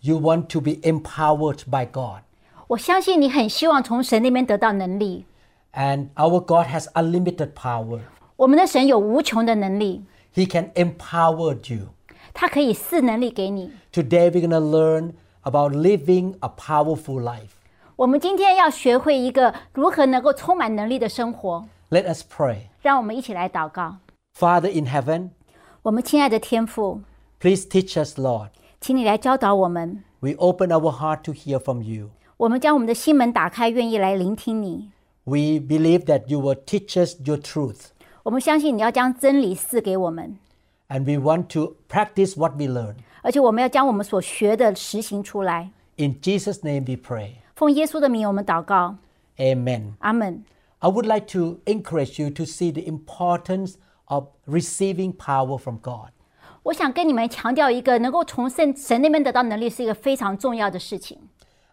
you want to be empowered by God. 我相信你很希望从神那边得到能力。 And our God has unlimited power. 我们的神有无穷的能力， He can empower you. 他可以赐能力给你。 Today we're going to learn about living a powerful life. 我们今天要学会一个如何能够充满能力的生活。 Let us pray. 让我们一起来祷告。 Father in heaven, 我们亲爱的天父， please teach us, Lord. 请你来教导我们。 We open our heart to hear from you. 我们将我们的心门打开，愿意来聆听你。 We believe that you will teach us your truth, 我们相信你要将真理赐给我们， and we want to practice what we learn. 而且我们要将我们所学的实行出来。 In Jesus' name we pray. 奉耶稣的名，我们祷告， Amen. 阿门。 I would like to encourage you to see the importance of receiving power from God. 我想跟你们强调一个，能够从圣神那边得到能力是一个非常重要的事情。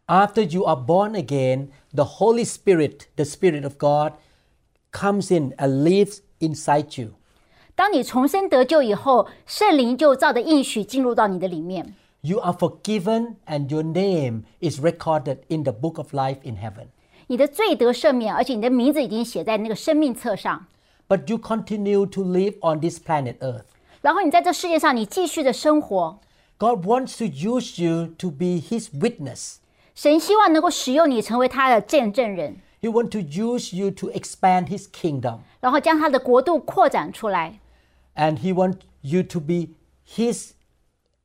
After you are born again, the Holy Spirit, the Spirit of God, comes in and lives inside you. 当你重生得救以后，圣灵就照着应许进入到你的里面， You are forgiven, and your name is recorded in the book of life in heaven. 你的罪得赦免，而且你的名字已经写在那个生命册上。 But you continue to live on this planet Earth. 然后你在这世界上，你继续的生活。 God wants to use you to be His witness. 神希望能够使用你成为他的见证人， He wants to use you to expand His kingdom. 然后将他的国度扩展出来。 and he wants you to be his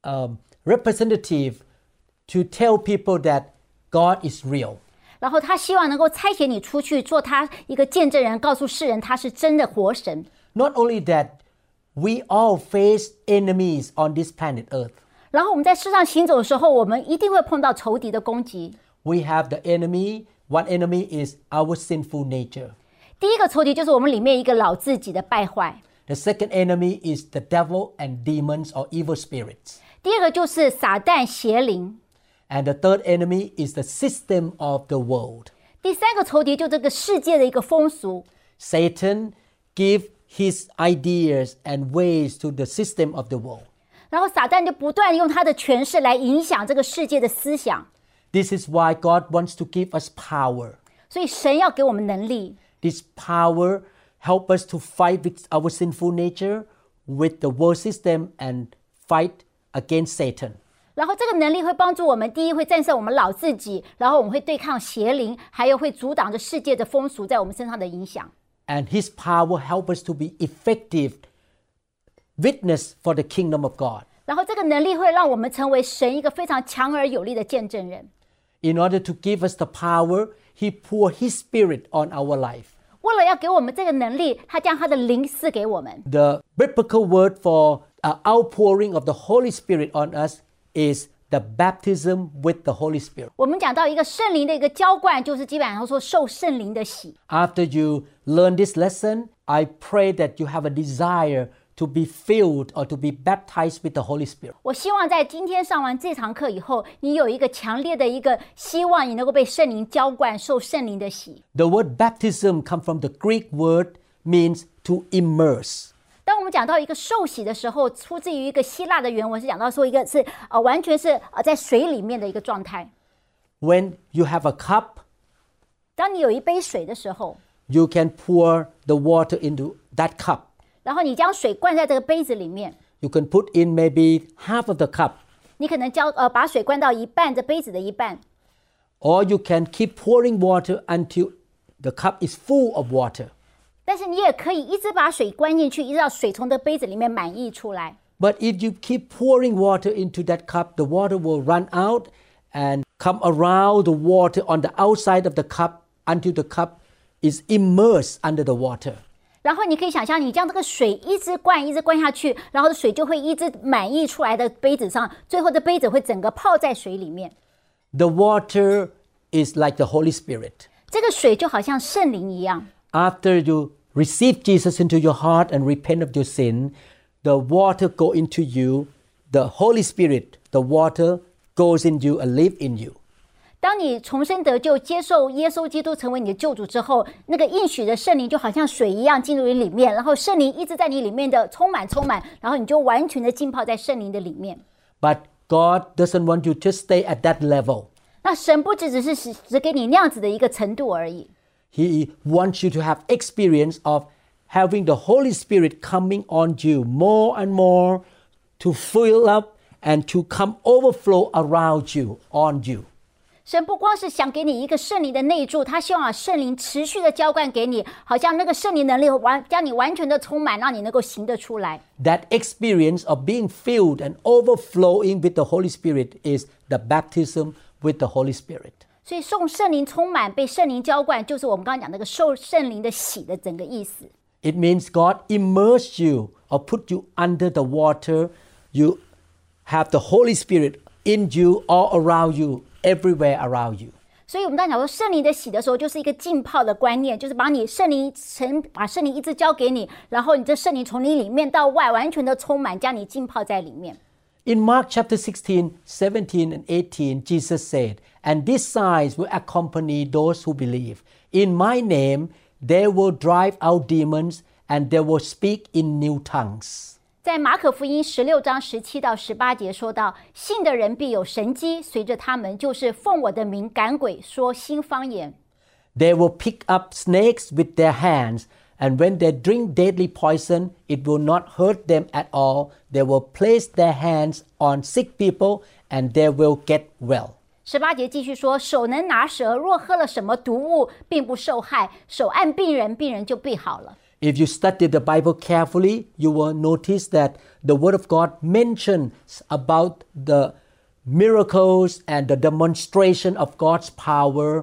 um, representative to tell people that God is real. 然后他希望能够差遣你出去做他一个见证人，告诉世人他是真的活神。 Not only that, we all face enemies on this planet Earth. 然后我们在世上行走的时候，我们一定会碰到仇敌的攻击。 We have the enemy. One enemy is our sinful nature. 第一个仇敌就是我们里面一个老自己的败坏， The second enemy is the devil and demons or evil spirits. 第二个就是撒旦邪灵， And the third enemy is the system of the world. 第三个仇敌就这个世界的一个风俗。 Satan give his ideas and ways to the system of the world. 然后撒旦就不断用他的权势来影响这个世界的思想， This is why God wants to give us power. 所以神要给我们能力， This power help us to fight with our sinful nature, with the world system, and fight against Satan. 然后这个能力会帮助我们，第一会战胜我们老自己，然后我们会对抗邪灵，还有会阻挡着世界的风俗在我们身上的影响。 And His power help us to be effective witness for the kingdom of God. 然后这个能力会让我们成为神一个非常强而有力的见证人。 In order to give us the power, He pour His Spirit on our life. 为了要给我们这个能力，他将他的灵赐给我们。 The biblical word for uh, outpouring of the Holy Spirit on us is the baptism with the Holy Spirit. 我们讲到一个圣灵的一个浇灌，就是基本上说受圣灵的洗。 After you learn this lesson, I pray that you have a desire to be filled or to be baptized with the Holy Spirit. 我希望在今天上完这堂课以后，你有一个强烈的一个希望，你能够被圣灵浇灌，受圣灵的洗。 The word baptism comes from the Greek word means to immerse. 当我们讲到一个受洗的时候，出自于一个希腊的原文，是讲到说一个是呃完全是呃在水里面的一个状态。 When you have a cup, 当你有一杯水的时候， you can pour the water into that cup. 然后你将水灌在这个杯子里面， You can put in maybe half of the cup, 你可能浇呃把水灌到一半，这杯子的一半， or you can keep pouring water until the cup is full of water. 但是你也可以一直把水灌进去，一直到水从这杯子里面满溢出来。 But if you keep pouring water into that cup, the water will run out and come around the water on the outside of the cup until the cup is immersed under the water. 然后你可以想象，你将这个水一直灌，一直灌下去，然后水就会一直满溢出来的杯子上，最后这杯子会整个泡在水里面。 The water is like the Holy Spirit. 这个水就好像圣灵一样。 After you receive Jesus into your heart and repent of your sin, the water go into you, the Holy Spirit, the water goes in you and live in you. 当你重生得救，接受耶稣基督成为你的救主之后，那个应许的圣灵就好像水一样进入你里面，然后圣灵一直在你里面的充满充满，然后你就完全的浸泡在圣灵的里面。 But God doesn't want you to stay at that level. 那神不只只是只只给你那样子的一个程度而已， He wants you to have experience of having the Holy Spirit coming on you more and more to fill up and to come overflow around you, on you. 神不光是想给你一个圣灵的内住，他希望啊圣灵持续的浇灌给你，好像那个圣灵能力完将你完全的充满，让你能够行得出来。 That experience of being filled and overflowing with the Holy Spirit is the baptism with the Holy Spirit. 所以受圣灵充满，被圣灵浇灌，就是我们刚刚讲那个受圣灵的洗的整个意思。 It means God immersed you or put you under the water. You have the Holy Spirit in you, all around you, everywhere around you. 所以我们刚才讲说圣灵的洗的时候，就是一个浸泡的观念，就是把你圣灵神把圣灵一直交给你，然后你这圣灵从你里面到外完全的充满，将你浸泡在里面。 In Mark chapter 16, 17, and 18, Jesus said, And these signs will accompany those who believe. In my name, they will drive out demons and they will speak in new tongues. 在马可福音十六章十七到十八节说到，信的人必有神机随着他们，就是奉我的名赶鬼，说新方言。 They will pick up snakes with their hands, and when they drink deadly poison, it will not hurt them at all. They will place their hands on sick people and they will get well. 十八节继续说，手能拿蛇，若喝了什么毒物，并不受害；手按病人，病人就必好了。 If you study the Bible carefully, you will notice that the Word of God mentions about the miracles and the demonstration of God's power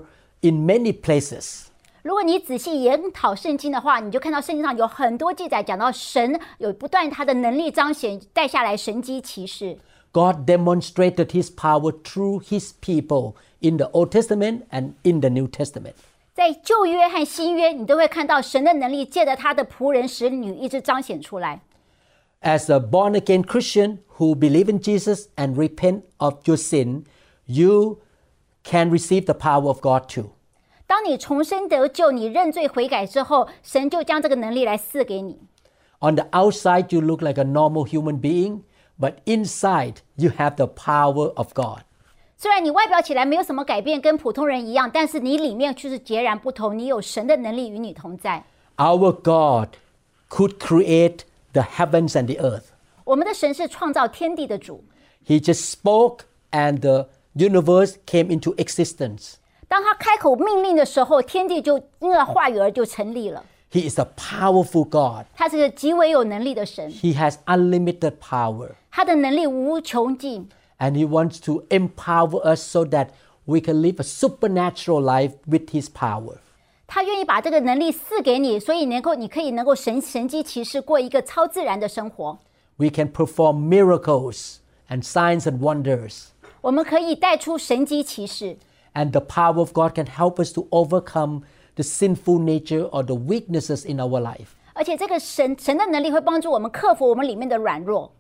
in many places. 如果你仔细研讨圣经的话，你就看到圣经上有很多记载讲到神有不断他的能力彰显，带下来神机骑士。 God demonstrated His power through His people in the Old Testament and in the New Testament. 在旧约和新约，你都会看到神的能力借着他的仆人使女一直彰显出来。 As a born again Christian who believe in Jesus and repent of your sin, you can receive the power of God too. 当你重生得救，你认罪悔改之后，神就将这个能力来赐给你。 On the outside, you look like a normal human being, but inside, you have the power of God. 虽然你外表起来没有什么改变，跟普通人一样，但是你里面却是截然不同。你有神的能力与你同在。 Our God could create the heavens and the earth. 我们的神是创造天地的主， He just spoke, and the universe came into existence. 当他开口命令的时候，天地就因了话语而就成立了。 He is a powerful God. 他是个极为有能力的神， He has unlimited power, 他的能力无穷尽， and He wants to empower us so that we can live a supernatural life with His power. 他愿意把这个能力赐给你，所以能够你可以能够神神机骑士过一个超自然的生活。 We can perform miracles and signs and wonders. 我们可以带出神机骑士， And the power of God can help us to overcome the sinful nature or the weaknesses in our life. 而且这个神神的能力会帮助我们克服我们里面的软弱。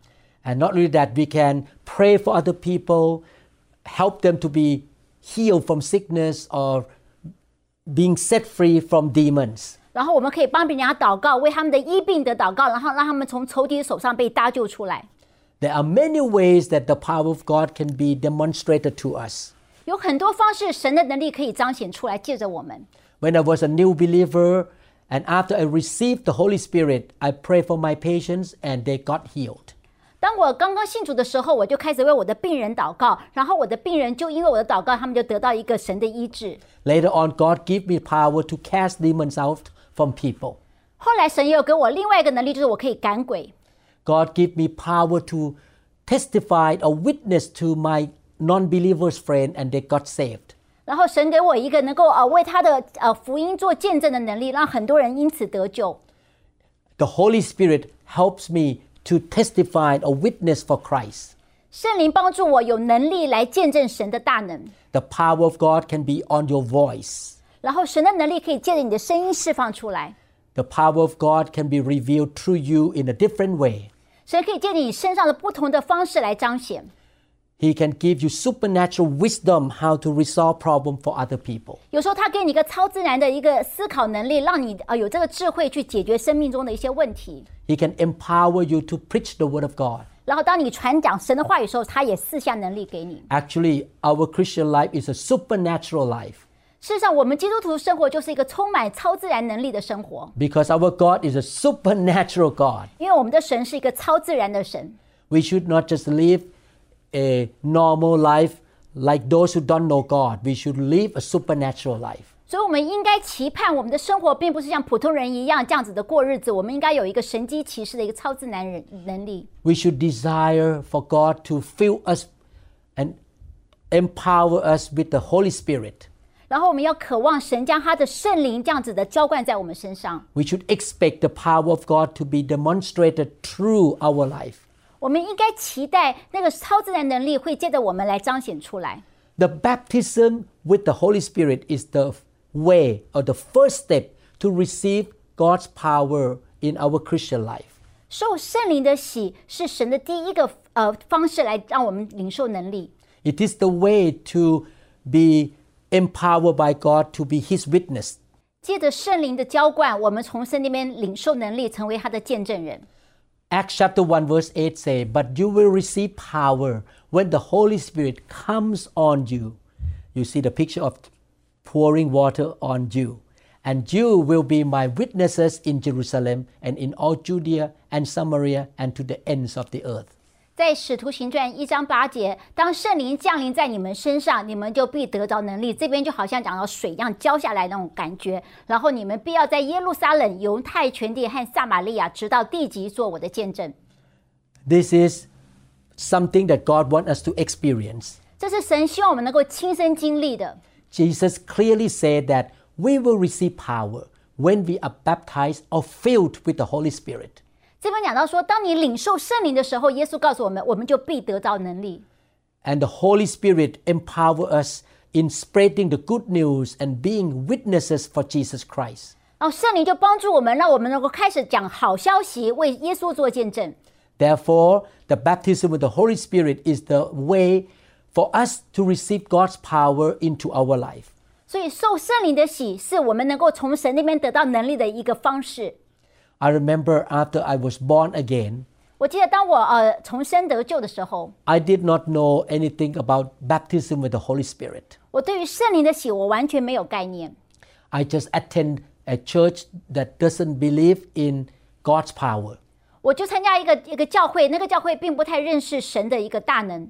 And not only that, we can pray for other people, help them to be healed from sickness or being set free from demons. 然后我们可以帮别人家祷告，为他们的医病的祷告，然后让他们从仇敌手上被搭救出来。 There are many ways that the power of God can be demonstrated to us. 有很多方式，神的能力可以彰显出来，借着我们。 When I was a new believer, and after I received the Holy Spirit, I prayed for my patients and they got healed. 当我刚刚信主的时候，我就开始为我的病人祷告，然后我的病人就因为我的祷告，他们就得到一个神的医治。 Later on, God gave me power to cast demons out from people. 后来神又给我另外一个能力，就是我可以赶鬼。 God gave me power to testify or witness to my non-believers friend and they got saved. 然后神给我一个能够呃为他的呃福音做见证的能力，让很多人因此得救。 The Holy Spirit helps me to testify or witness for Christ. 圣灵帮助我有能力来见证神的大能， The power of God can be on your voice. 然后神的能力可以借着你的声音释放出来， The power of God can be revealed through you in a different way. 神可以借着你身上的不同的方式来彰显。 He can give you supernatural wisdom how to resolve problem for other people. 有时候他给你一个超自然的一个思考能力，让你呃有这个智慧去解决生命中的一些问题。 He can empower you to preach the word of God. 然后当你传讲神的话语的时候，他也赐下能力给你。 Actually, our Christian life is a supernatural life 事实上，我们基督徒生活就是一个充满超自然能力的生活， because our God is a supernatural God. 因为我们的神是一个超自然的神。 We should not just live a normal life like those who don't know God. We should live a supernatural life. 所以，我们应该期盼我们的生活并不是像普通人一样这样子的过日子，我们应该有一个神机骑士的一个超自然人能力。 We should desire for God to fill us and empower us with the Holy Spirit. 然后，我们要渴望神将他的圣灵这样子的浇灌在我们身上。 We should expect the power of God to be demonstrated through our life. 我们应该期待那个超自然能力会借着我们来彰显出来。 The baptism with the Holy Spirit is the way or the first step to receive God's power in our Christian life. 受圣灵的洗是神的第一个呃方式来让我们领受能力， It is the way to be empowered by God to be His witness. 借着圣灵的浇灌，我们从神那边领受能力，成为他的见证人。 Acts chapter 1 verse 8 say, But you will receive power when the Holy Spirit comes on you. You see the picture of pouring water on you. And you will be my witnesses in Jerusalem and in all Judea and Samaria and to the ends of the earth. 在使徒行传一章八节，当圣灵降临在你们身上，你们就必得着能力。这边就好像讲到水一样浇下来那种感觉。然后你们必要在耶路撒冷、犹太全地和撒玛利亚，直到地极，做我的见证。 This is something that God wants us to experience. 这是神希望我们能够亲身经历的。 Jesus clearly said that we will receive power when we are baptized or filled with the Holy Spirit. 这边讲到说，当你领受圣灵的时候，耶稣告诉我们，我们就必得到能力。 and the Holy Spirit empower us in spreading the good news and being witnesses for Jesus Christ. 然后圣灵就帮助我们，让我们能够开始讲好消息，为耶稣做见证。 Therefore, the baptism with the Holy Spirit is the way for us to receive God's power into our life. 所以受圣灵的洗，是我们能够从神那边得到能力的一个方式。 I remember after I was born again, 我记得当我呃重生得救的时候， I did not know anything about baptism with the Holy Spirit. 我对于圣灵的洗我完全没有概念， I just attend a church that doesn't believe in God's power. 我就参加一个一个教会，那个教会并不太认识神的一个大能。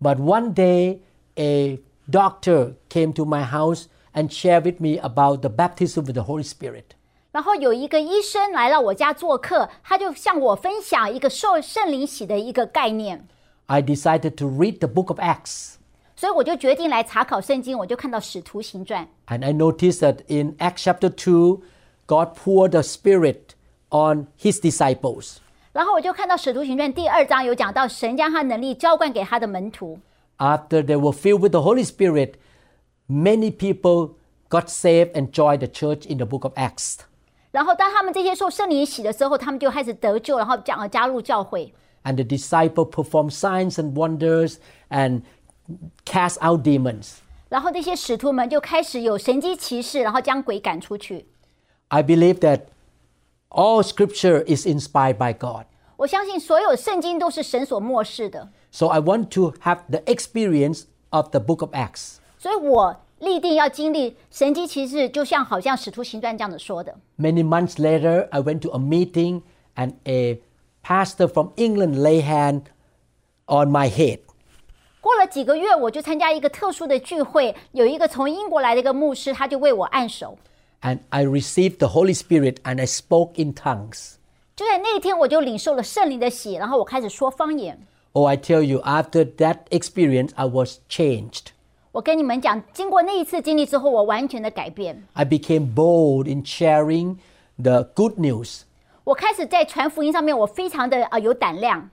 But one day, a doctor came to my house and shared with me about the baptism with the Holy Spirit. 然后有一个医生来到我家做客，他就向我分享一个受圣灵洗的一个概念， I decided to read the book of Acts, 所以我就决定来查考圣经，我就看到《使徒行传》。 and I noticed that in Acts chapter 2, God poured the Spirit on his disciples. 然后我就看到《使徒行传》第二章有讲到神将他能力浇灌给他的门徒， After they were filled with the Holy Spirit, many people got saved and joined the church in the book of Acts. 然后当他们这些受圣灵洗的时候，他们就开始得救，然后加加入教会。 And the disciple performed signs and wonders and cast out demons. 然后这些使徒们就开始有神机骑士，然后将鬼赶出去。 I believe that all scripture is inspired by God. 我相信所有圣经都是神所漠视的， So I want to have the experience of the book of Acts. 所以我立定要经历神机骑士，就像好像使徒行传这样子说的。 Many months later, I went to a meeting and a pastor from England lay hand on my head. 过了几个月，我就参加一个特殊的聚会，有一个从英国来的一个牧师，他就为我按手。 And I received the Holy Spirit and I spoke in tongues. 就在那一天，我就领受了圣灵的洗，然后我开始说方言。 Oh, I tell you, after that experience, I was changed. 我跟你们讲，经过那一次经历之后，我完全的改变。 I became bold in sharing the good news. 我开始在传福音上面，我非常的啊、呃有胆量。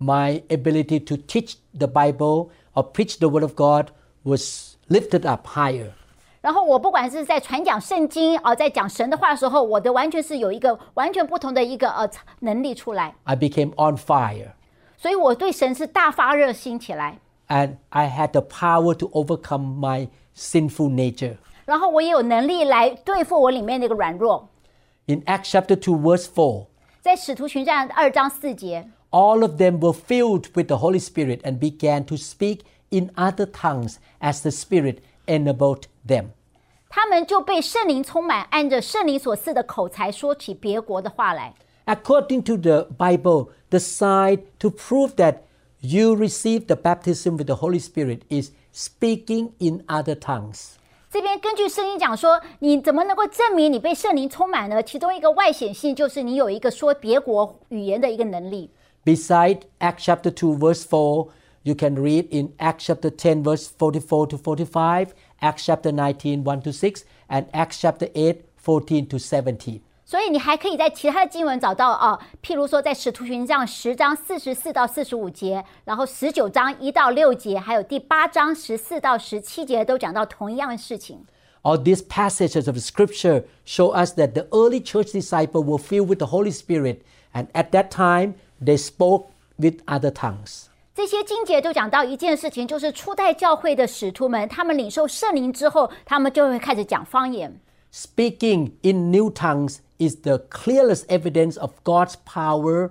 my ability to teach the Bible or preach the Word of God was lifted up higher. 然后我不管是在传讲圣经啊、呃在讲神的话的时候，我的完全是有一个完全不同的一个呃能力出来， I became on fire 所以我对神是大发热心起来。 and I had the power to overcome my sinful nature. 然后我也有能力来对付我里面那个软弱。 In Acts chapter 2, verse 4, 在使徒行传二章四节， all of them were filled with the Holy Spirit and began to speak in other tongues as the Spirit enabled them. 他们就被圣灵充满，按着圣灵所赐的口才说起别国的话来。 According to the Bible, the sign to prove that you receive the baptism with the Holy Spirit is speaking in other tongues. 这边根据圣经讲说，你怎么能够证明你被圣灵充满呢？其中一个外显性就是你有一个说别国语言的一个能力。 Beside Acts chapter 2, verse 4, you can read in Acts chapter 10, verse 44 to 45, Acts chapter 19, 1 to 6, and Acts chapter 8, 14 to 17. 所以你还可以在其他的经文找到啊，譬如说在《使徒行传》十章四十四到四十五节，然后十九章一到六节，还有第八章十四到十七节都讲到同样的事情。 All these passages of Scripture show us that the early church disciples were filled with the Holy Spirit, and at that time they spoke with other tongues. 这些经节都讲到一件事情，就是初代教会的使徒们，他们领受圣灵之后，他们就会开始讲方言。 Speaking in new tongues is the clearest evidence of God's power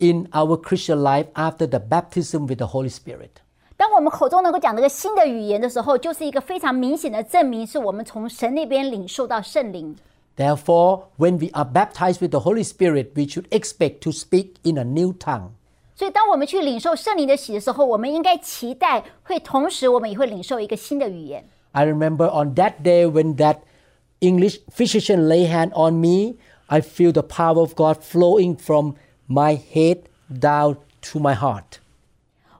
in our Christian life after the baptism with the Holy Spirit. 当我们口中能够讲这个新的语言的时候，就是一个非常明显的证明，是我们从神那边领受到圣灵。 Therefore, when we are baptized with the Holy Spirit, we should expect to speak in a new tongue. 所以，当我们去领受圣灵的洗的时候，我们应该期待会同时，我们也会领受一个新的语言。 I remember on that day when that English physician lay hand on me, I feel the power of God flowing from my head down to my heart.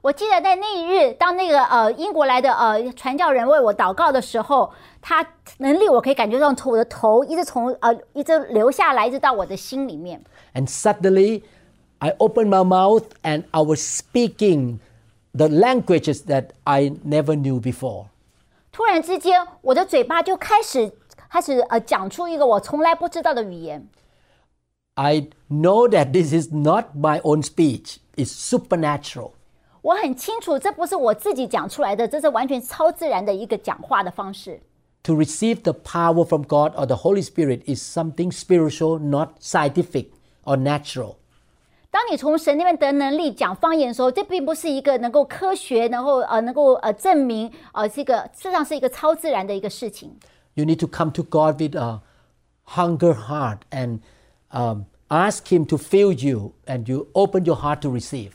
我记得在那一日，当那个呃英国来的呃传教人为我祷告的时候，他能力我可以感觉到从我的头一直从呃一直流下来，一直到我的心里面。 And suddenly, I opened my mouth and I was speaking the languages that I never knew before. 突然之间，我的嘴巴就开始开始呃讲出一个我从来不知道的语言。 I know that this is not my own speech, it's supernatural. 我很清楚，这不是我自己讲出来的，这是完全超自然的一个讲话的方式。 To receive the power from God or the Holy Spirit is something spiritual, not scientific or natural. 当你从神那边得能力讲方言的时候，这并不是一个能够科学，能够呃能够呃证明呃这个事实上是一个超自然的一个事情。 You need to come to God with a hunger heart and um, ask Him to fill you, and you open your heart to receive.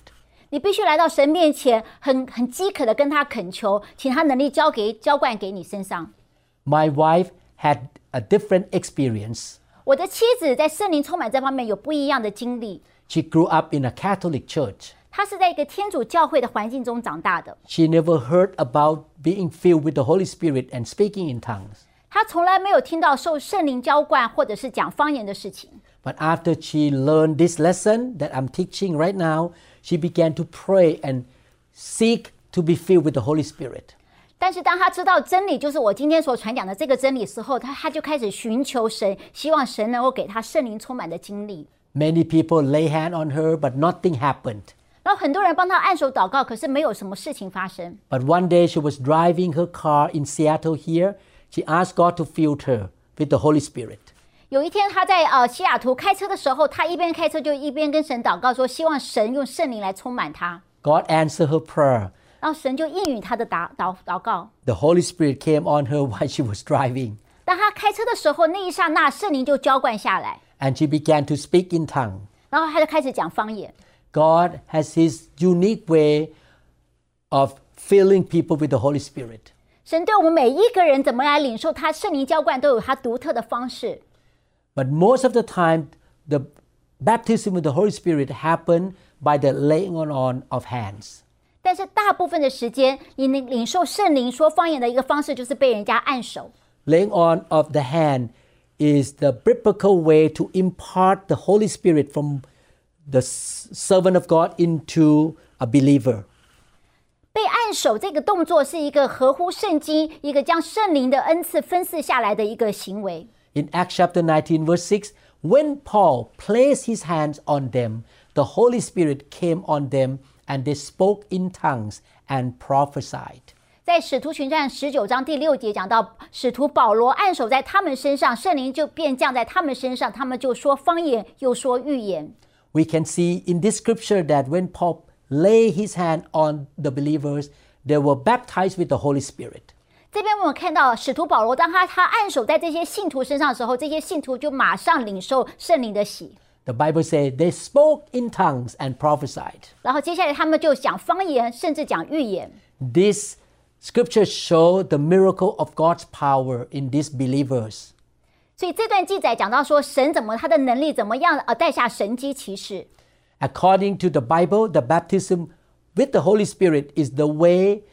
你必须来到神面前，很 很饥渴的跟他恳求，请他能力交给浇灌给你身上。 My wife had a different experience. 我的妻子在圣灵充满这方面有不一样的经历， She grew up in a Catholic church. 她是在一个天主教会的环境中长大的， She never heard about being filled with the Holy Spirit and speaking in tongues. 她从来没有听到受圣灵浇灌或者是讲方言的事情。 But after she learned this lesson that I'm teaching right now, she began to pray and seek to be filled with the Holy Spirit. 但是当他知道真理，就是我今天所传讲的这个真理时候，他他就开始寻求神，希望神能够给他圣灵充满的经历。 Many people lay hand on her, but nothing happened. 然后很多人帮他按手祷告，可是没有什么事情发生。 But one day she was driving her car in Seattle here. She asked God to fill her with the Holy Spirit. 有一天，他在呃西雅图开车的时候，他一边开车就一边跟神祷告说，希望神用圣灵来充满他。 God answered her prayer. 然后神就应允他的祷祷祷告。 The Holy Spirit came on her while she was driving, 当他开车的时候，那一刹那圣灵就浇灌下来， and she began to speak in tongues. 然后他就开始讲方言。 God has His unique way of filling people with the Holy Spirit. 神对我们每一个人怎么来领受他圣灵浇灌，都有他独特的方式。 But most of the time, the baptism with the Holy Spirit happened by the laying on, on of hands. 但是大部分的时间，你领领受圣灵说方言的一个方式，就是被人家按手。 Laying on of the hand is the biblical way to impart the Holy Spirit from the s- servant of God into a believer. 被按手这个动作是一个合乎圣经，一个将圣灵的恩赐分赐下来的一个行为。 In Acts chapter 19, verse 6, when Paul placed his hands on them, the Holy Spirit came on them and they spoke in tongues and prophesied. 在使徒行传十九章第六节讲到，使徒保罗按手在他们身上，圣灵就便降在他们身上，他们就说方言，又说预言。 We can see in this scripture that when Paul laid his hand on the believers, they were baptized with the Holy Spirit. 这边我们看到使徒保罗，当他他按手在这些信徒身上的时候，这些信徒就马上领受圣灵的洗， The Bible says they spoke in tongues and prophesied. 然后接下来他们就讲方言，甚至讲预言。 This scripture shows the miracle of God's power in these believers. 所以这段记载讲到说，神怎么他的能力怎么样，呃，带下神机骑士。 According to the Bible, the baptism with the Holy Spirit is the way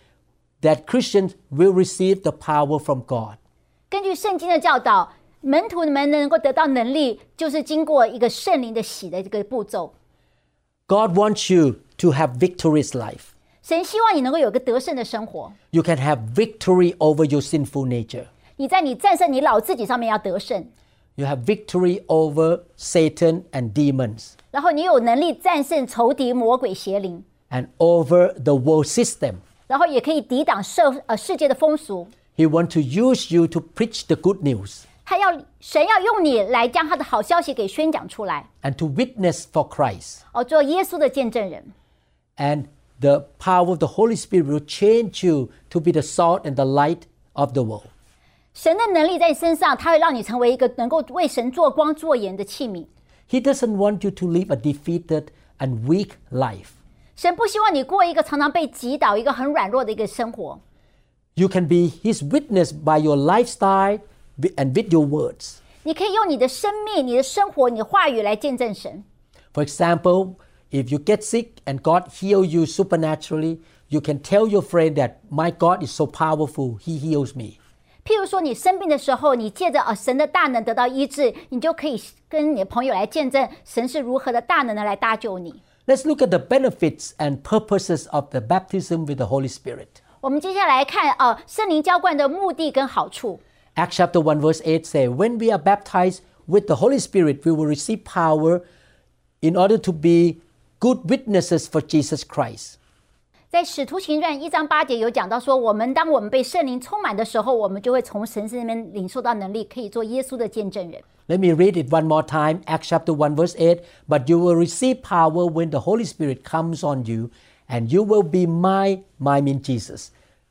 that Christians will receive the power from God. 根据圣经的教导，门徒们能够得到能力，就是经过一个圣灵的洗的这个步骤。 God wants you to have victorious life. 神希望你能够有一个得胜的生活， You can have victory over your sinful nature. 你在你战胜你老自己上面要得胜， You have victory over Satan and demons 然后你有能力战胜仇敌、魔鬼、邪灵， and over the world system. 然后也可以抵挡社呃世界的风俗。 He wants to use you to preach the good news 他要神要用你来将他的好消息给宣讲出来， and to witness for Christ. 哦，做耶稣的见证人。 And the power of the Holy Spirit will change you to be the salt and the light of the world. 神的能力在你身上，他会让你成为一个能够为神做光做盐的器皿。 He doesn't want you to live a defeated and weak life. 神不希望你过一个常常被击倒、一个很软弱的一个生活。 You can be His witness by your lifestyle wi- and with your words. 你可以用你的生命、你的生活、你的话语来见证神。 For example, if you get sick and God heal you supernaturally, you can tell your friend that my God is so powerful, He heals me. 譬如说，你生病的时候，你借着呃神的大能得到医治，你就可以跟你的朋友来见证神是如何的大能的来搭救你。 Let's look at the benefits and purposes of the baptism with the Holy Spirit. 我们接下来看呃圣灵浇灌的目的跟好处。 Acts chapter 1 verse 8 say, when we are baptized with the Holy Spirit, we will receive power in order to be good witnesses for Jesus Christ. 在使徒行传一章八节有讲到说，我们当我们被圣灵充满的时候，我们就会从神身边领受到能力，可以做耶稣的见证人。 Let me read it one more time. Acts chapter 1 verse 8, but you will receive power when the Holy Spirit comes on you, and you will be my, my mean Jesus,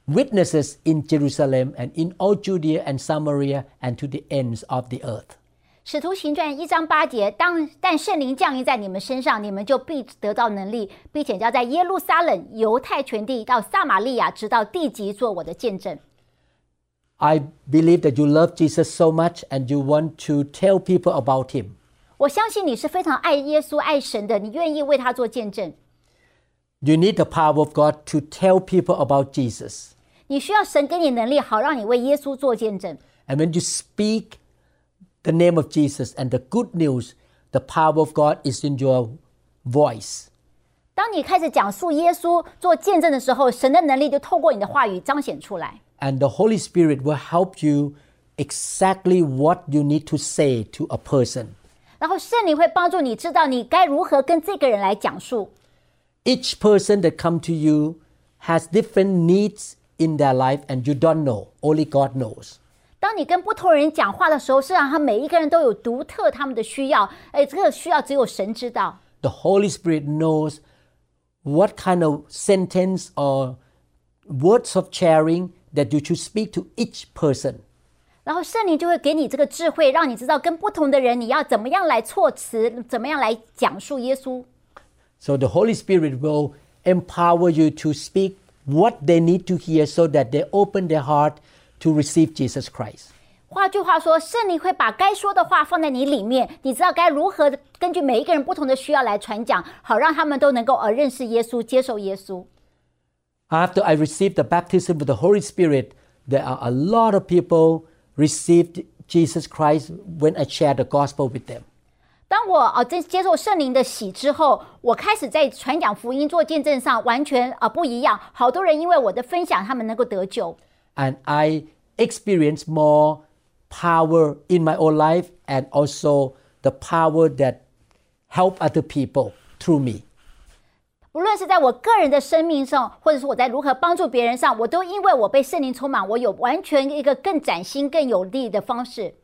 witnesses in Jerusalem and in all Judea and Samaria and to the ends of the earth. 使徒行传一章八节，当但圣灵降临在你们身上，你们就必得到能力，并且要在耶路撒冷、犹太全地到撒玛利亚，直到地极，做我的见证。 I believe that you love Jesus so much and you want to tell people about him. 我相信你是非常爱耶稣、爱神的，你愿意为他做见证。 You need the power of God to tell people about Jesus. 你需要神给你能力，好让你为耶稣做见证。 And when you speak the name of Jesus and the good news, the power of God is in your voice. 当你开始讲述耶稣做见证的时候，神的能力就透过你的话语彰显出来。 And the Holy Spirit will help you exactly what you need to say to a person. 然后圣灵会帮助你知道你该如何跟这个人来讲述。 Each person that come to you has different needs in their life and you don't know. Only God knows. 当你跟不同人讲话的时候，是让他每一个人都有独特他们的需要，哎，这个需要只有神知道。 The Holy Spirit knows what kind of sentence or words of sharing that you should speak to each person. 然后圣灵就会给你这个智慧，让你知道跟不同的人你要怎么样来措辞，怎么样来讲述耶稣。 So the Holy Spirit will empower you to speak what they need to hear so that they open their heart to receive Jesus Christ. 换句话说，圣灵会把该说的话放在你里面，你知道该如何根据每一个人不同的需要来传讲，好让他们都能够呃认识耶稣，接受耶稣。 After I received the baptism with the Holy Spirit, there are a lot of people received Jesus Christ when I shared the gospel with them. 当我啊真接受圣灵的洗之后，我开始在传讲福音、做见证上完全啊、不一样。好多人因为我的分享，他们能够得救。 and I experience more power in my own life and also the power that help other people through me. 不论是在我个人的生命上，或者是我在如何帮助别人上，我都因为我被圣灵充满，我有完全一个更崭新、更有力的方式。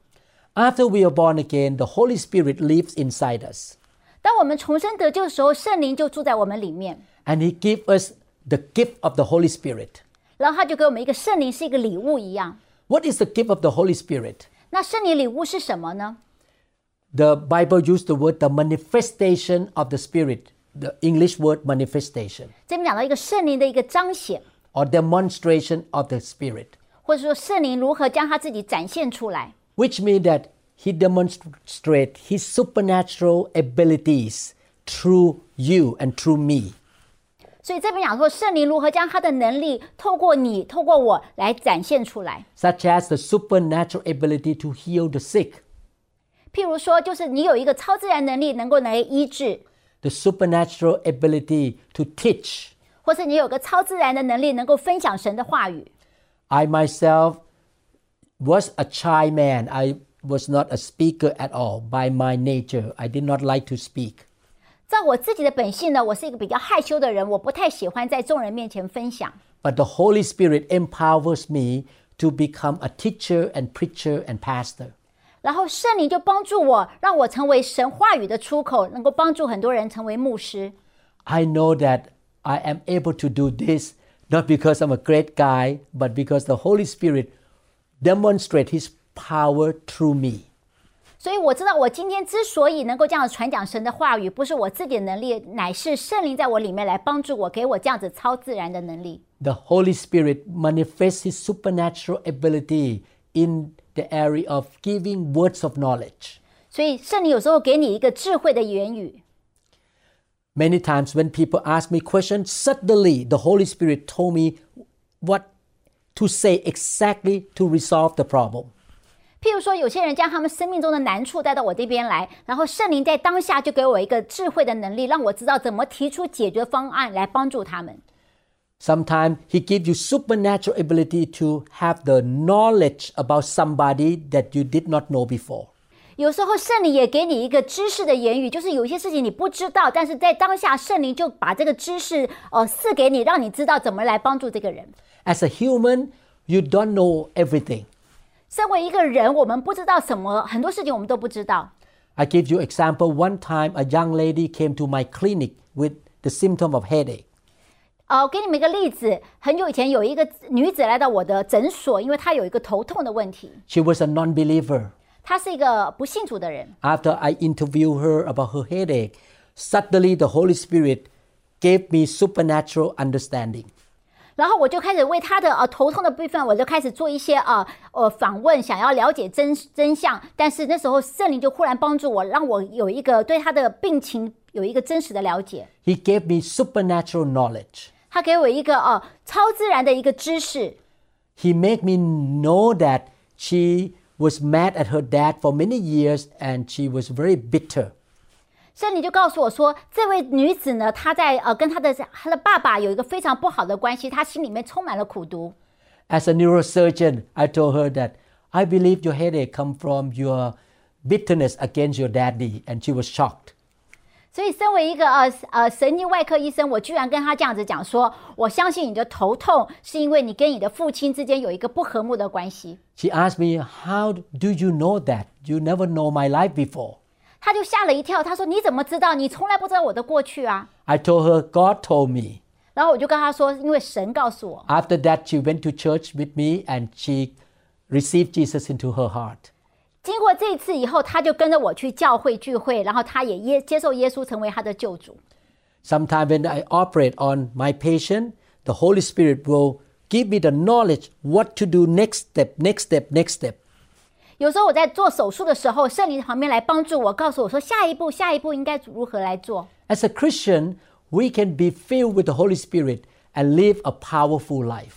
After we are born again, the Holy Spirit lives inside us 当我们重生得救的时候，圣灵就住在我们里面， and he gives us the gift of the Holy Spirit. 然后他就给我们一个圣灵是一个礼物一样。 What is the gift of the Holy Spirit? 那圣灵礼物是什么呢？ The Bible used the word the manifestation of the Spirit, the English word manifestation 这边讲到一个圣灵的一个彰显， or demonstration of the Spirit. 或者说圣灵如何将他自己展现出来。 which means that he demonstrates his supernatural abilities through you and through me. 所以这边讲说，圣灵如何将他的能力透过你、透过我来展现出来。 Such as the supernatural ability to heal the sick, 譬如说，就是你有一个超自然能力，能够来医治， the supernatural ability to teach. 或是你有个超自然的能力，能够分享神的话语。 I myself was a shy man. I was not a speaker at all by my nature. I did not like to speak. 照我自己的本性呢，我是一个比较害羞的人，我不太喜欢在众人面前分享。 But the Holy Spirit empowers me to become a teacher and preacher and pastor. 然后圣灵就帮助我，让我成为神话语的出口，能够帮助很多人成为牧师。 I know that I am able to do this not because I'm a great guy, but because the Holy Spirit demonstrates His power through me. 所以我知道，我今天之所以能够这样传讲神的话语，不是我自己的能力，乃是圣灵在我里面来帮助我，给我这样子超自然的能力。 The Holy Spirit manifests His supernatural ability in the area of giving words of knowledge. 所以圣灵有时候给你一个智慧的言语。 Many times when people ask me questions, suddenly the Holy Spirit told me what to say exactly to resolve the problem. 譬如说，有些人将他们生命中的难处带到我这边来，然后圣灵在当下就给我一个智慧的能力，让我知道怎么提出解决方案来帮助他们。 Sometimes he gives you supernatural ability to have the knowledge about somebody that you did not know before. 有时候圣灵也给你一个知识的言语，就是有一些事情你不知道，但是在当下圣灵就把这个知识呃赐给你，让你知道怎么来帮助这个人。 As a human, you don't know everything. 身为一个人，我们不知道什么，很多事情我们都不知道。 I give you example. One time, a young lady came to my clinic with the symptom of headache. 呃，我给你们一个例子，很久以前有一个女子来到我的诊所，因为她有一个头痛的问题， She was a non-believer. 她是一个不信主的人。 After I interviewed her about her headache, suddenly the Holy Spirit gave me supernatural understanding. 然后我就开始为她的呃头痛的部分，我就开始做一些呃呃访问，想要了解真真相。但是那时候圣灵就忽然帮助我，让我有一个对她的病情有一个真实的了解。 He gave me supernatural knowledge. 他给我一个呃超自然的一个知识， He made me know that she was mad at her dad for many years and she was very bitter. 圣灵就告诉我说，这位女子呢，她在呃跟她的她的爸爸有一个非常不好的关系，她心里面充满了苦毒。 As a neurosurgeon, I told her that I believe your headache come from your bitterness against your daddy and she was shocked. 所以，身为一个呃呃神经外科医生，我居然跟她这样子讲说，我相信你的头痛是因为你跟你的父亲之间有一个不和睦的关系。 She asked me, "How do you know that? You never know my life before." 她就吓了一跳，她说：“你怎么知道？你从来不知道我的过去啊 I told her God told me.！” 然后我就跟她说：“因为神告诉我。 After that, she went to church with me and she received Jesus into her heart. ”经过这一次以后，她就跟着我去教会聚会，然后她也耶接受耶稣成为她的救主。 Sometimes when I operate on my patient, the Holy Spirit will give me the knowledge what to do next step, next step, next step. 有时候我在做手术的时候，圣灵旁边来帮助我，告诉我说下一步、下一步应该如何来做。 As a Christian, we can be filled with the Holy Spirit and live a powerful life.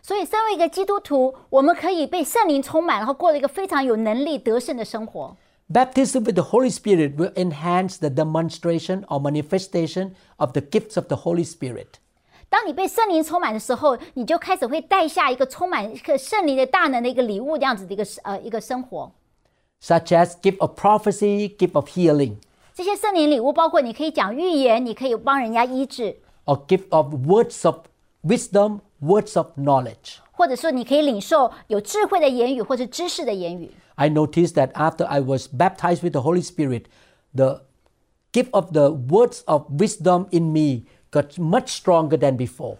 所以，身为一个基督徒，我们可以被圣灵充满，然后过了一个非常有能力得胜的生活。 Baptism with the Holy Spirit will enhance the demonstration or manifestation of the gifts of the Holy Spirit. 当你被圣灵充满的时候，你就开始会带下一个充满一个圣灵的大能的一个礼物，这样子的一个呃一个生活。 such as gift of prophecy, gift of healing, 这些圣灵礼物包括你可以讲预言，你可以帮人家医治， or gift of words of wisdom, words of knowledge. 或者说你可以领受有智慧的言语或者知识的言语。 I noticed that after I was baptized with the Holy Spirit, the gift of the words of wisdom in me got much stronger than before.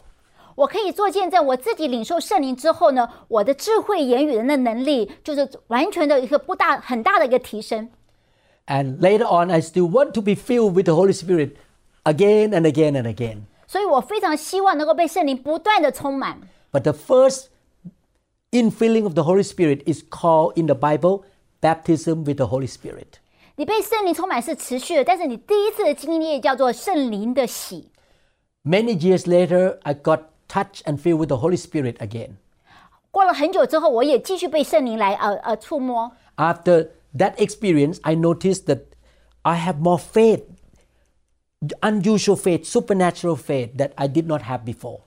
我可以做见证，我自己领受圣灵之后呢，我的智慧言语的那能力就是完全的一个不大很大的一个提升。 And later on, I still want to be filled with the Holy Spirit again and again and again. 所以我非常希望能够被圣灵不断的充满。 But the first infilling of the Holy Spirit is called in the Bible baptism with the Holy Spirit. 你被圣灵充满是持续的，但是你第一次的经历叫做圣灵的喜。 Many years later, I got touched and filled with the Holy Spirit again. 过了很久之后，我也继续被圣灵来呃呃触摸。 After that experience, I noticed that I have more faith, unusual faith, supernatural faith that I did not have before.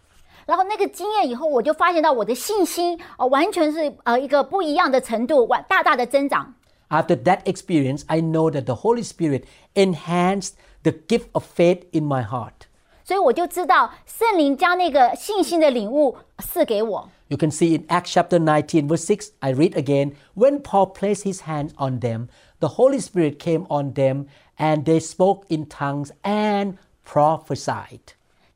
然后那个经验以后，我就发现到我的信心呃，完全是呃一个不一样的程度，完大大的增长。 After that experience, I know that the Holy Spirit enhanced the gift of faith in my heart. 所以我就知道圣灵将那个信心的领悟赐给我。 You can see in Acts chapter 19, verse 6, I read again When Paul placed his hands on them, the Holy Spirit came on them, and they spoke in tongues and prophesied.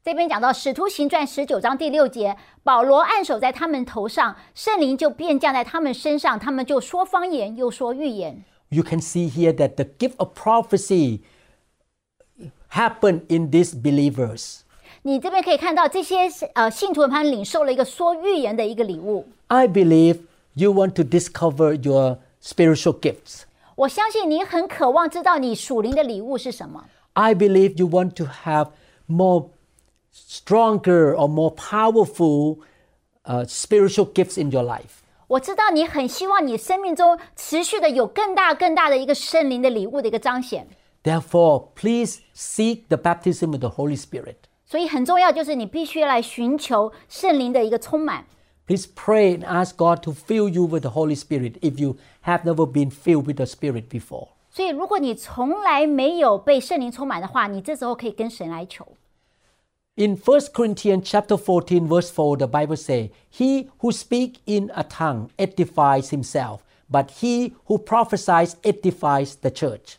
这边讲到《使徒行传》十九章第六节，保罗按手在他们头上，圣灵就便降在他们身上，他们就说方言，又说预言。 You can see here that the gift of prophecy happened in these believers. 你这边可以看到这些呃信徒们领受了一个说预言的一个礼物。 I believe you want to discover your spiritual gifts. 我相信你很渴望知道你属灵的礼物是什么。 I believe you want to have more stronger or more powerful uh, spiritual gifts in your life. 我知道你很希望你生命中持续的有更大更大的一个圣灵的礼物的一个彰显。 Therefore, please seek the baptism with the Holy Spirit. 所以很重要，就是你必须来寻求圣灵的一个充满。 Please pray and ask God to fill you with the Holy Spirit if you have never been filled with the Spirit before. 所以，如果你从来没有被圣灵充满的话，你这时候可以跟神来求。 In 1 Corinthians chapter 14 verse 4 the Bible say he who speak in a tongue edifies himself but he who prophesies edifies the church.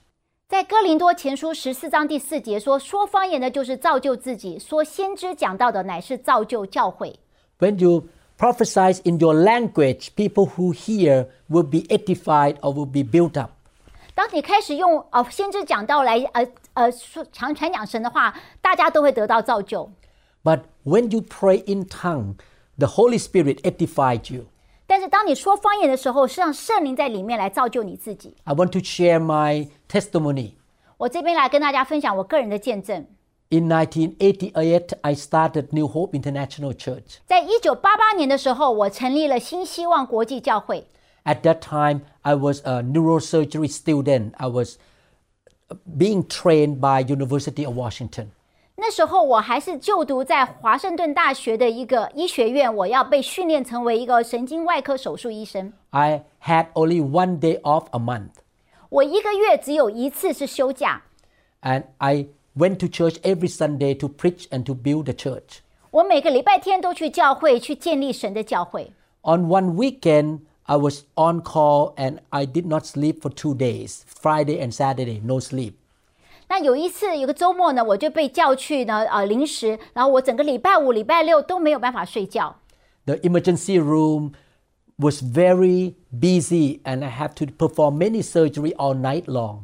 在哥林多前书十四章第四节说：“说方言的，就是造就自己；说先知讲道的，乃是造就教会。 When you prophesy in your language people who hear will be edified or will be built up. ”当你开始用呃先知讲道来呃呃说传传讲神的话，大家都会得到造就。 But when you pray in tongue the Holy Spirit edifies you. 但是当你说方言的时候，是让圣灵在里面来造就你自己。 I want to share my testimony. 我这边来跟大家分享我个人的见证。 In 1988 I started New Hope International Church. 在一九八八年的时候，我成立了新希望国际教会。 At that time, I was a neurosurgery student. I was being trained by University of Washington. 那时候我还是就读在华盛顿大学的一个医学院，我要被训练成为一个神经外科手术医生。 I had only one day off a month, 我一个月只有一次是休假， and I went to church every Sunday to preach and to build the church. 我每个礼拜天都去教会去建立神的教会。 On one weekend, I was on call and I did not sleep for two days, Friday and Saturday, no sleep. 那有一次有个周末呢，我就被叫去呢呃临时，然后我整个礼拜五、礼拜六都没有办法睡觉。 The emergency room was very busy and I had to perform many surgery all night long.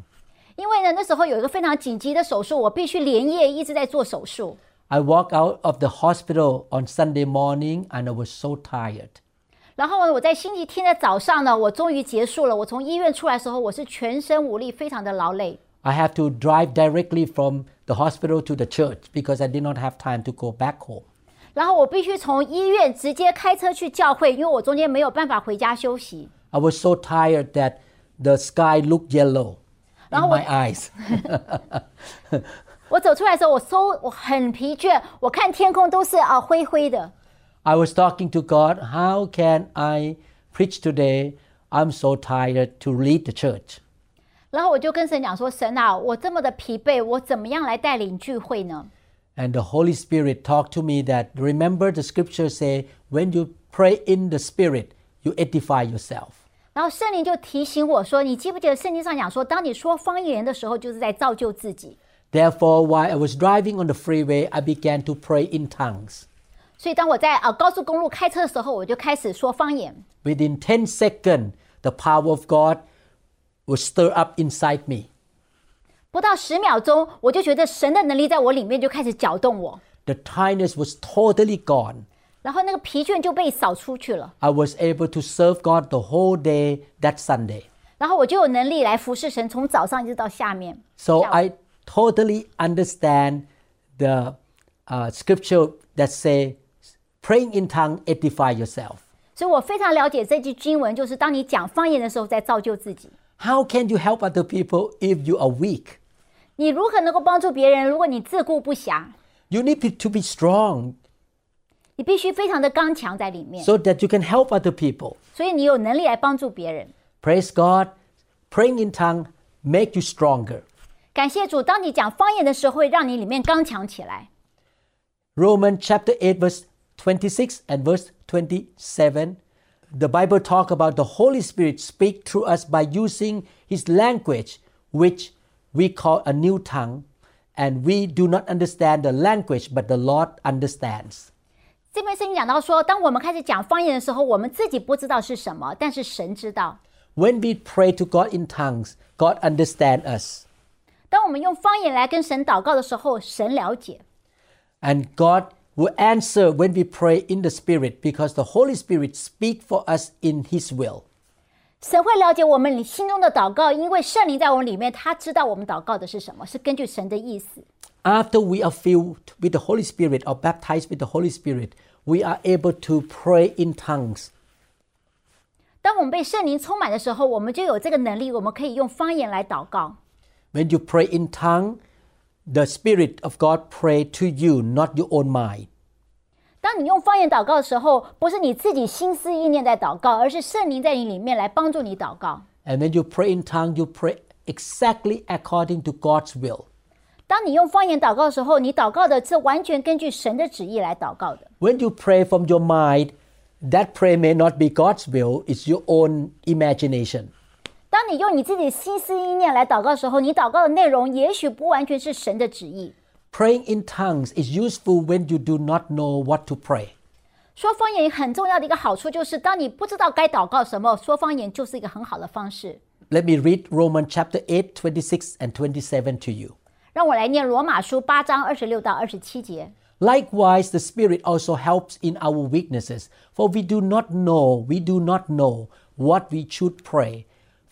因为呢，那时候有一个非常紧急的手术，我必须连夜一直在做手术。 I walked out of the hospital on Sunday morning and I was so tired. 然后呢，我在星期天的早上呢，我终于结束了。我从医院出来的时候，我是全身无力，非常的劳累。 I have to drive directly from the hospital to the church because I did not have time to go back home. 然后我必须从医院直接开车去教会，因为我中间没有办法回家休息。 I was so tired that the sky looked yellow in 然后我- my eyes. 我走出来的时候，我搜我很疲倦，我看天空都是啊灰灰的。 I was talking to God, how can I preach today? I'm so tired to lead the church. 然后我就跟神讲说：“神啊，我这么的疲惫，我怎么样来带领聚会呢 And the Holy Spirit talked to me that remember the scripture say when you pray in the spirit, you edify yourself.？” 然后圣灵就提醒我说：“你记不记得圣经上讲说，当你说方言的时候，就是在造就自己。 Therefore, while I was driving on the freeway, I began to pray in tongues. 所以当我在啊高速公路开车的时候，我就开始说方言。 Within 10 seconds, the power of God was stirred up inside me. 不到十秒钟，我就觉得神的能力在我里面就开始搅动我， The tiredness was totally gone. 然后那个疲倦就被扫出去了， I was able to serve God the whole day that Sunday. 然后我就有能力来服侍神，从早上一直到下面。 So Yeah. I totally understand the uh, scripture that say, praying in tongue edify yourself. 所以我非常了解这句经文，就是当你讲方言的时候，在造就自己。 How can you help other people if you are weak? 你如何能够帮助别人？如果你自顾不暇， You need to- to be strong 你必须非常的刚强在里面， so that you can help other people. 所以你有能力来帮助别人。 Praise God. Praying in tongue make you stronger. 感谢主，当你讲方言的时候，会让你里面刚强起来。 Romans chapter 8 verse 26 and verse 27. The Bible talk about the Holy Spirit speak through us by using his language which we call a new tongue and we do not understand the language but the Lord understands. 这篇圣经讲到说，当我们开始讲方言的时候，我们自己不知道是什么，但是神知道。 When we pray to God in tongues, God understands us 当我们用方言来跟神祷告的时候，神了解， and God will answer when we pray in the spirit because the Holy Spirit speak for us in his will. 神会了解我们心中的祷告，因为圣灵在我们里面，他知道我们祷告的是什么，是根据神的意思。 after we are filled with the Holy Spirit or baptized with the Holy Spirit, we are able to pray in tongues. 当我们被圣灵充满的时候，我们就有这个能力，我们可以用方言来祷告。 When you pray in tongue, the Spirit of God pray to you, not your own mind. 当你用方言祷告的时候，不是你自己心思意念在祷告，而是圣灵在你里面来帮助你祷告。 And when you pray in tongue, you pray exactly according to God's will. 当你用方言祷告的时候，你祷告的是完全根据神的旨意来祷告的。 When you pray from your mind, that prayer may not be God's will, it's your own imagination. 当你用你自己心思意念来祷告的时候，你祷告的内容也许不完全是神的旨意。 Praying in tongues is useful when you do not know what to pray. 说方言很重要的一个好处就是，当你不知道该祷告什么，说方言就是一个很好的方式。 Let me read Romans chapter 8, 26 and 27 to you. 让我来念罗马书八章二十六到二十七节。 Likewise, the Spirit also helps in our weaknesses, for we do not know, we do not know what we should pray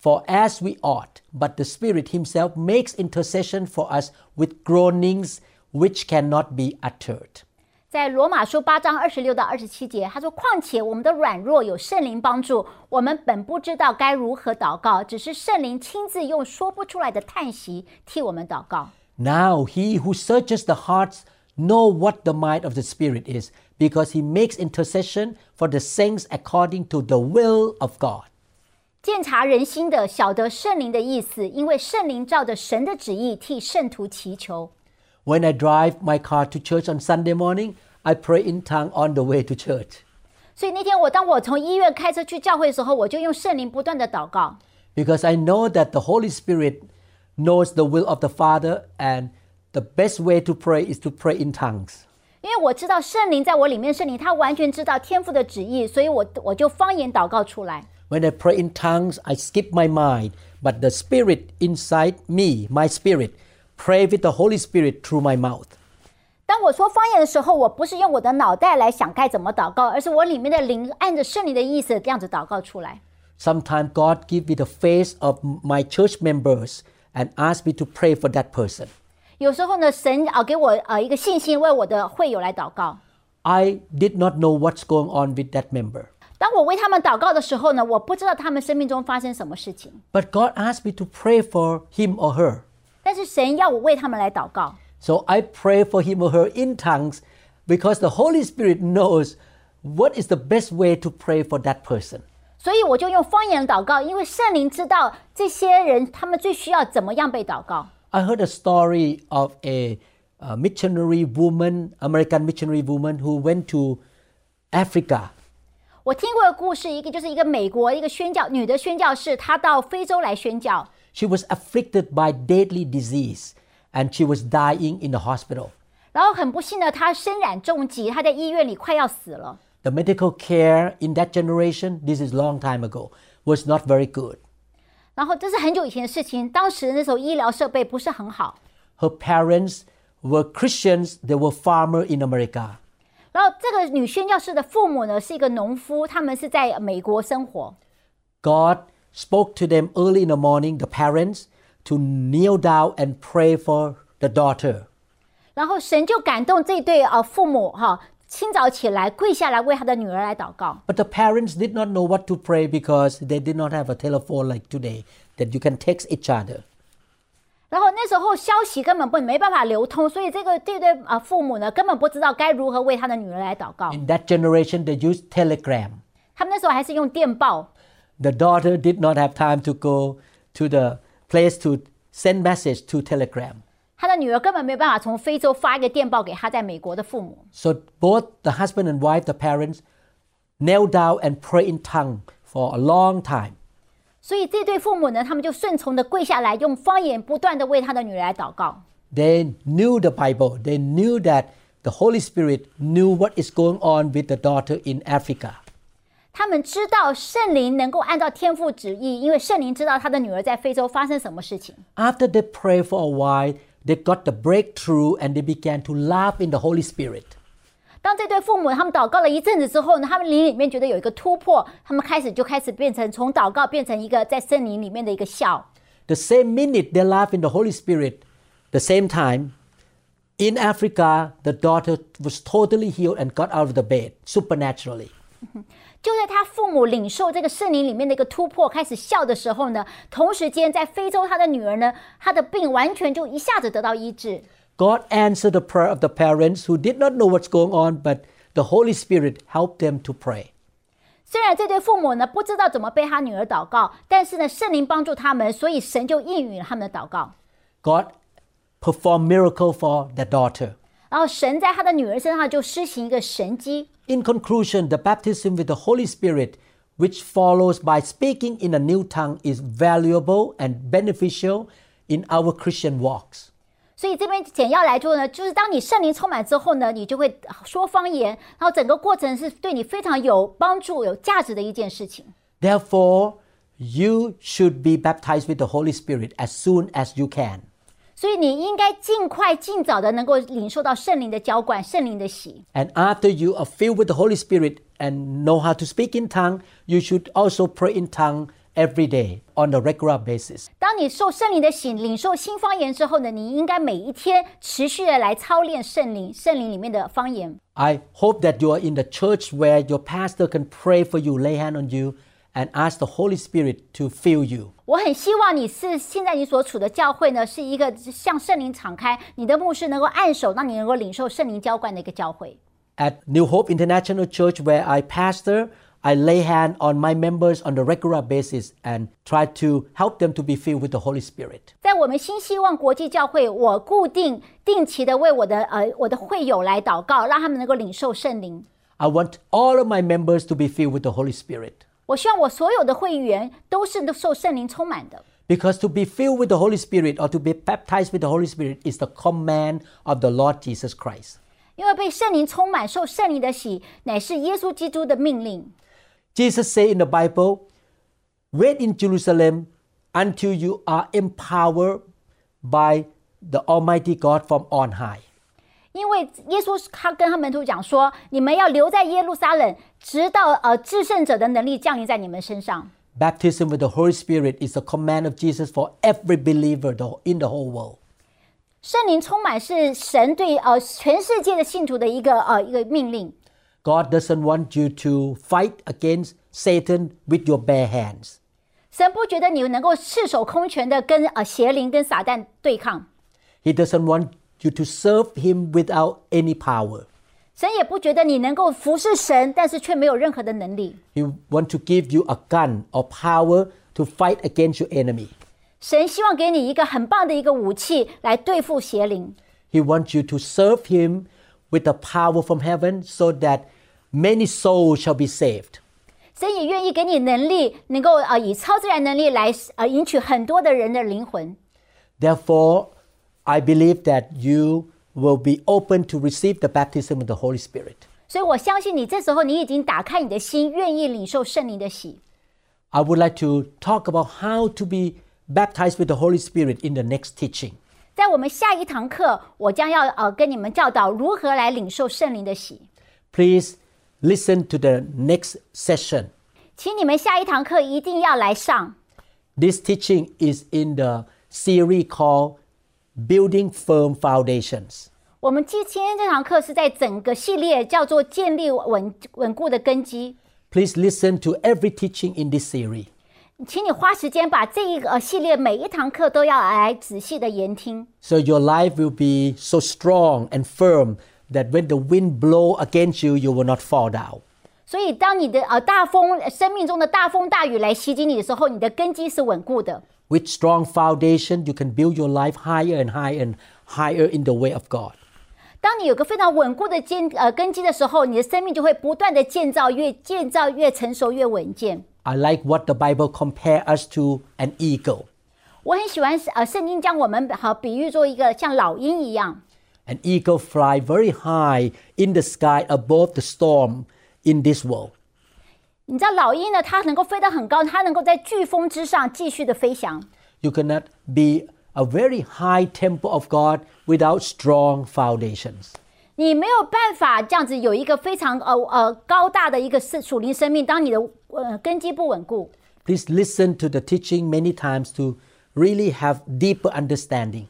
for as we ought, but the Spirit Himself makes intercession for us with groanings which cannot be uttered. 在罗马书八章二十六到二十七节，他说：“况且我们的软弱有圣灵帮助，我们本不知道该如何祷告，只是圣灵亲自用说不出来的叹息替我们祷告。 Now he who searches the hearts know what the mind of the Spirit is, because he makes intercession for the saints according to the will of God. 鉴察人心的，晓得圣灵的意思，因为圣灵照着神的旨意替圣徒祈求。 When I drive my car to church on Sunday morning, I pray in tongue on the way to church. ”所以那天我当我从医院开车去教会的时候，我就用圣灵不断的祷告， because I know that the Holy Spirit knows the will of the Father, and the best way to pray is to pray in tongues. 因为我知道圣灵在我里面，圣灵他完全知道天父的旨意，所以我我就方言祷告出来。 When I pray in tongues, I skip my mind, but the Spirit inside me, my spirit, pray with the Holy Spirit through my mouth. 当我说方言的时候，我不是用我的脑袋来想该怎么祷告，而是我里面的灵按着圣灵的意思这样子祷告出来。 Sometimes God give me the face of my church members and ask me to pray for that person. 有时候呢，神啊、呃给我呃一个信心，为我的会友来祷告。 I did not know what's going on with that member. 当我为他们祷告的时候呢，我不知道他们生命中发生什么事情， But God asked me to pray for him or her. 但是神要我为他们来祷告， So I pray for him or her in tongues because the Holy Spirit knows what is the best way to pray for that person. 所以我就用方言祷告，因为圣灵知道这些人他们最需要怎么样被祷告。 I heard a story of a, a missionary woman, American missionary woman, who went to Africa 我听过的故事，一个就是一个美国一个宣教女的宣教士，她到非洲来宣教， She was afflicted by deadly disease and she was dying in the hospital. 然后很不幸的，她身染重疾，她在医院里快要死了。 The medical care in that generation, this is long time ago, was not very good. 然后这是很久以前的事情，当时那时候医疗设备不是很好， Her parents were Christians, they were farmer in America. 然后这个女宣教士的父母呢是一个农夫，他们是在美国生活。 God spoke to them early in the morning, the parents, to kneel down and pray for the daughter. 然后神就感动这对呃父母哈、清早起来跪下来为他的女儿来祷告。 But the parents did not know what to pray because they did not have a telephone like today that you can text each other. 然后那时候消息根本不没办法流通，所以这个这对呃父母呢根本不知道该如何为他的女儿来祷告。 In that generation, they used telegram. 他们那时候还是用电报， the daughter did not have time to go to the place to send message to telegram 他的女儿根本没有办法从非洲发一个电报给他在美国的父母。 so both the husband and wife the parents knelt down and prayed in tongue for a long time 所以这对父母呢，他们就顺从的跪下来，用方言不断的为他的女儿来祷告。 they knew the bible they knew that the holy spirit knew what is going on with the daughter in africa 他们知道圣灵能够按照天父旨意，因为圣灵知道他的女儿在非洲发生什么事情。 after they prayed for a while they got the breakthrough and they began to laugh in the holy spirit 当这对父母他们祷告了一阵子之后呢，他们灵里面觉得有一个突破，他们开始就开始变成从祷告变成一个在圣灵里面的一个笑。 The same minute they laugh in the Holy Spirit, the same time, in Africa, the daughter was totally healed and got out of the bed supernaturally. 就在他父母领受这个圣灵里面的一个突破，开始笑的时候呢，同时间在非洲，他的女儿呢，她的病完全就一下子得到医治。 God answered the prayer of the parents who did not know what's going on, but the Holy Spirit helped them to pray. 虽然这对父母呢不知道怎么被他女儿祷告，但是呢，圣灵帮助他们，所以神就应允了他们的祷告。 God performed miracle for the daughter. 然后神在他的女儿身上就施行一个神迹。 In conclusion, the baptism with the Holy Spirit, which follows by speaking in a new tongue, is valuable and beneficial in our Christian walks. 所以这边简要来说呢，就是当你圣灵充满之后呢，你就会说方言，然后整个过程是对你非常有帮助、有价值的一件事情。 Therefore, you should be baptized with the Holy Spirit as soon as you can. 所以你应该尽快、尽早的能够领受到圣灵的浇灌、圣灵的洗。 And after you are filled with the Holy Spirit and know how to speak in tongue, you should also pray in tongue every day on a regular basis. 当你受圣灵的洗、领受新方言之后呢，你应该每一天持续的来操练圣灵、圣灵里面的方言。 I hope that you are in the church where your pastor can pray for you, lay hand on you, and ask the Holy Spirit to fill you. 我很希望你是现在你所处的教会呢，是一个向圣灵敞开，你的牧师能够按手，让你能够领受圣灵浇灌的一个教会。 At New Hope International Church, where I pastor, I lay hand on my members on a regular basis and try to help them to be filled with the Holy Spirit. 在我们新希望国际教会，我固定定期的为我的呃我的会友来祷告，让他们能够领受圣灵。 I want all of my members to be filled with the Holy Spirit. 我希望我所有的会员都是受圣灵充满的， Because to be filled with the Holy Spirit or to be baptized with the Holy Spirit is the command of the Lord Jesus Christ. 因为被圣灵充满、受圣灵的洗，乃是耶稣基督的命令。 Jesus said in the Bible, Wait in Jerusalem until you are empowered by the Almighty God from on high. 因为耶稣他跟他门徒讲说：“你们要留在耶路撒冷，直到呃至圣者的能力降临在你们身上。 Baptism with the Holy Spirit is the command of Jesus for every believer though in the whole world. ”圣灵充满是神对呃全世界的信徒的一个呃一个命令。 God doesn't want you to fight against Satan with your bare hands. 神不觉得你能够赤手空拳的跟呃邪灵跟撒旦对抗， He doesn't want you to serve Him without any power. 神也不觉得你能够服侍神，但是却没有任何的能力。 He wants to give you a gun or power to fight against your enemy. 神希望给你一个很棒的一个武器来对付邪灵。 He wants you to serve Him with the power from heaven so that many souls shall be saved. 神也愿意给你能力，能够呃以超自然能力来呃赢取很多的人的灵魂。 Therefore, I believe that you will be open to receive the baptism of the Holy Spirit. 所以我相信你这时候你已经打开你的心，愿意领受圣灵的喜。 I would like to talk about how to be baptized with the Holy Spirit in the next teaching. 在我们下一堂课，我将要呃跟你们教导如何来领受圣灵的喜。 Please listen to the next session. 请你们下一堂课一定要来上。 This teaching is in the series called Building Firm Foundations. 我们今今天这堂课是在整个系列叫做建立稳稳固的根基， Please listen to every teaching in this series. 请你花时间把这一个呃系列每一堂课都要来仔细的研听， So your life will be so strong and firm that when the wind blow against you, you will not fall down. 所以当你的呃大风呃生命中的大风大雨来袭击你的时候，你的根基是稳固的。 With strong foundation, you can build your life higher and higher and higher in the way of God. 当你有个非常稳固的坚呃根基的时候，你的生命就会不断的建造越建造越成熟越稳健。 I like what the Bible compare us to an eagle. 我很喜欢呃圣经将我们好比喻做一个像老鹰一样， An eagle fly very high in the sky above the storm in this world. 你知道老鹰呢，它能够飞得很高，它能够在飓风之上继续的飞翔。 You cannot be a very high temple of God without strong foundations. 你没有办法这样子有一个非常呃呃高大的一个是属灵生命，当你的呃根基不稳固， Please listen to the teaching many times to really have deeper understanding.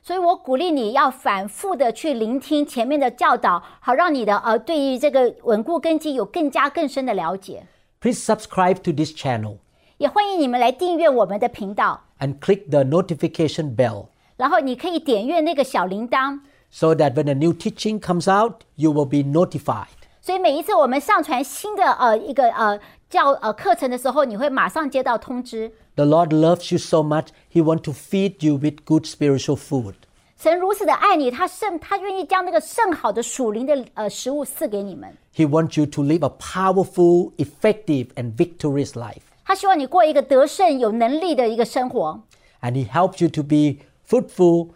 所以我鼓励你要反复的去聆听前面的教导，好让你的呃对于这个稳固根基有更加更深的了解。 Please subscribe to this channel 也欢迎你们来订阅我们的频道， and click the notification bell 然后你可以点阅那个小铃铛， so that when a new teaching comes out, you will be notified. 所以每一次我们上传新的呃一个呃教呃课程的时候，你会马上接到通知。 The Lord loves you so much, He wants to feed you with good spiritual food. 神如此的爱你，他圣他愿意将那个圣好的属灵的呃食物赐给你们。 He wants you to live a powerful, effective, and victorious life. 他希望你过一个得胜、有能力的一个生活。 And He helps you to be fruitful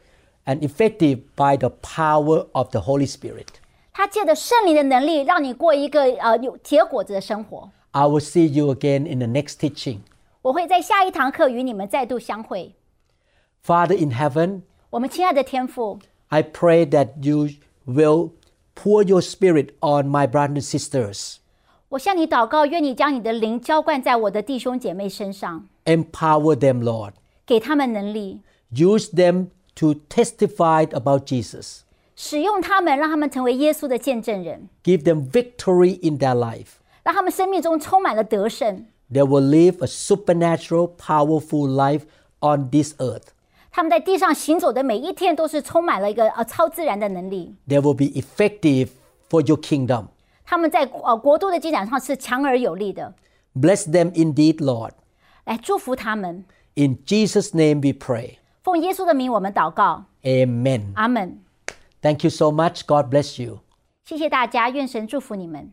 and effective by the power of the Holy Spirit. 他借着圣灵的能力，让你过一个呃有结果子的生活。 I will see you again in the next teaching. 我会在下一堂课与你们再度相会。 Father in heaven, 我们亲爱的天父， I pray that you will pour your spirit on my brothers and sisters, 我向你祷告，愿你将你的灵浇灌在我的弟兄姐妹身上， empower them, Lord. 给他们能力， Use them to testify about Jesus. 使用他们，让他们成为耶稣的见证人， Give them victory in their life. 让他们生命中充满了得胜。 They will live a supernatural, powerful life on this earth. 他们在地上行走的每一天，都是充满了一个呃超自然的能力。 They will be effective for your kingdom. 他们在呃国度的进展上是强而有力的。 Bless them indeed, Lord. 来祝福他们， In Jesus' name we pray. 奉耶稣的名，我们祷告， Amen. 阿门。 Thank you so much. God bless you. 谢谢大家，愿神祝福你们。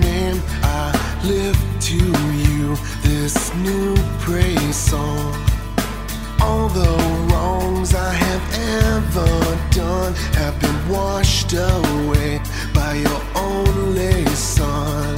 name, I lift to you this new praise song. All the wrongs I have ever done have been washed away by your only son.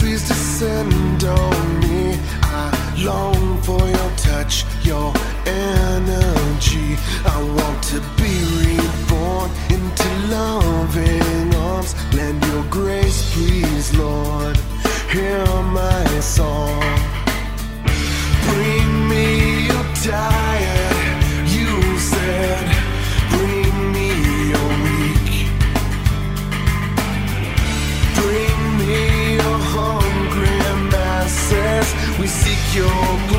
descend on me. I long for your touch, your energy. I want to be reborn into loving arms. Lend your grace, please, Lord. Hear my song. Bring me your diet, you said. Bring me your weak. Bring me your hungry masses. We seek your